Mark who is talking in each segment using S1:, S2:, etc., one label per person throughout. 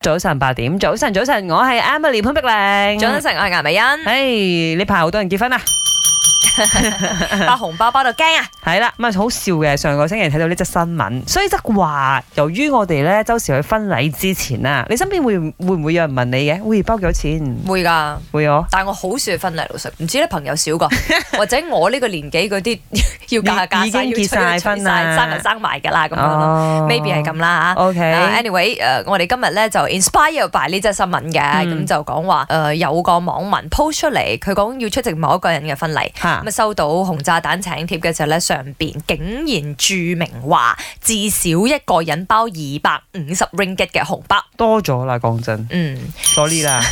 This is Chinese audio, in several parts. S1: 早晨八點，早晨早晨，我係 Emily 潘碧玲。
S2: 早晨，我係顏 美欣，
S1: 唉，呢排好多人結婚啊，
S2: 發紅包包到驚啊！
S1: 係啦，咁啊好笑嘅。上個星期睇到呢則新聞，所以則話，由於我哋咧周時去婚禮之前啊，你身邊會會唔會有人問你嘅？會包幾多錢？
S2: 會㗎，
S1: 會哦我
S2: 但我好少去婚禮，老實，唔知咧朋友 少個，或者我呢個年紀嗰啲 要嫁下嫁
S1: 已
S2: 晒，
S1: 已
S2: 要
S1: 經結
S2: 娶
S1: 晒
S2: 下娶
S1: 婚啦
S2: 晒，生埋生埋㗎啦咁樣咯
S1: 哦
S2: ，maybe 係咁啦嚇。
S1: OK，
S2: 啊 anyway，誒、我哋今日咧就 inspire by 呢則新聞嘅，咁、
S1: 嗯
S2: 就講話誒有個網民 post 出嚟，佢講要出席某一個人嘅婚禮，
S1: 嚇
S2: 咁啊收到紅炸彈請帖嘅時候咧，上邊竟然註明話至少一個人包二百五十 ringgit 嘅紅包，
S1: 多咗啦，講真，
S2: 嗯。
S1: 多啲 啦，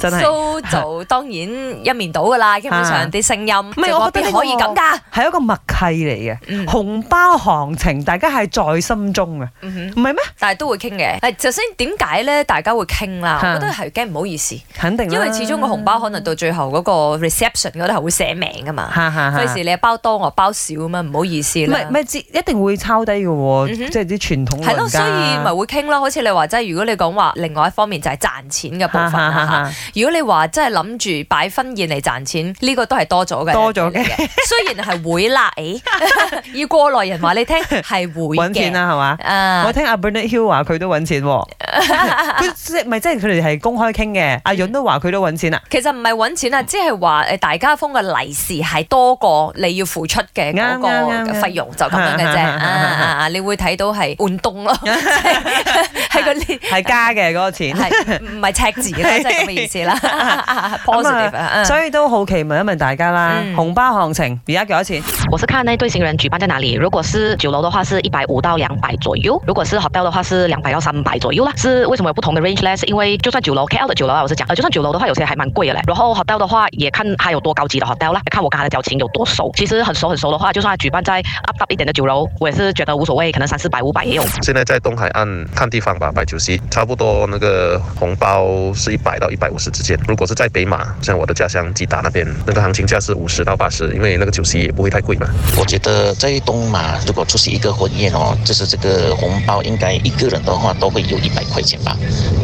S1: 真係。
S2: 蘇就當然一面倒 噶啦，基本上啲聲音
S1: 啊唔係
S2: 就
S1: 我覺
S2: 話
S1: 得
S2: 邊
S1: 呢個
S2: 可以咁噶。
S1: 係一個默契嚟嘅，
S2: 嗯
S1: 紅包行情大家係在心中嘅，
S2: 嗯
S1: 唔
S2: 哼
S1: 係咩？
S2: 但係都會傾嘅。誒，首先點解咧？大家會傾啦，
S1: 嚇啊
S2: 我覺得係驚唔好意思，
S1: 肯定啦，
S2: 因為始終個紅包可能到最後嗰個 reception 嗰度係會寫名噶嘛，
S1: 哈哈哈
S2: 費事你包多我包少咁啊，唔好意思
S1: 唔
S2: 啦
S1: 係唔。係知一定會抄低嘅喎，
S2: 嗯哼
S1: 即係啲傳統
S2: 係咯，
S1: 老人
S2: 所
S1: 家
S2: 以咪會傾咯。好似你話齋，如果你講話另外一方面就係賺錢嘅部分
S1: 哈哈
S2: 啦嚇
S1: 哈
S2: 如果你話真係諗住擺婚宴嚟賺錢，呢、個都係多咗嘅，
S1: 多咗嘅
S2: 嘅。 雖然係會 啦，誒，要過來人話你聽係會
S1: 揾錢
S2: 嘅。
S1: 啦係嘛？我
S2: 啊，
S1: 聽阿 Bernard Hill 話佢都揾錢 喎，佢即係咪即係佢哋係公開傾嘅？阿潤都話佢都揾 錢啦，
S2: 其實唔係揾
S1: 嗯
S2: 錢啊，即係話誒，大家封嘅利是係多過你要付出嘅嗰個
S1: 啱啱啱啱
S2: 費用，就咁樣嘅 啫。啊啊啊！你會睇到係換動咯， 即係係個呢
S1: 係加嘅嗰個錢。
S2: 係唔係赤字嘅，即係咁嘅 意思啦。positive 啊。
S1: 所以都好奇問一問大家啦，
S2: 嗯
S1: 紅包行情而家幾多錢？
S3: 我是看那对新人举办在哪里。如果是酒楼的话，是一百五到两百左右；如果是 hotel 的话，是两百到三百左右啦。是为什么有不同的 range 呢？是因为就算酒楼 KL 的酒楼啊，我是讲，呃，就算酒楼的话，有些还蛮贵的嘞。然后 hotel 的话，也看他有多高级的 hotel 啦，也看我跟他的交情有多熟。其实很熟很熟的话，就算他举办在 up up 一点的酒楼，我也是觉得无所谓，可能三四百、五百也有。
S4: 现在在东海岸看地方吧，摆酒席，差不多那个红包是一百到一百五十之间。如果是在北马，像我的家乡吉达那边，那个行情价是五十到八十，因为那个酒席也不会太贵嘛。
S5: 我觉得在东马，如果出席一个婚宴哦，就是这个红包应该一个人的话都会有一百块钱吧，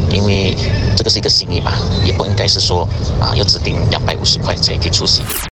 S5: 因为这个是一个心意嘛，也不应该是说啊要指定两百五十块钱可以出席。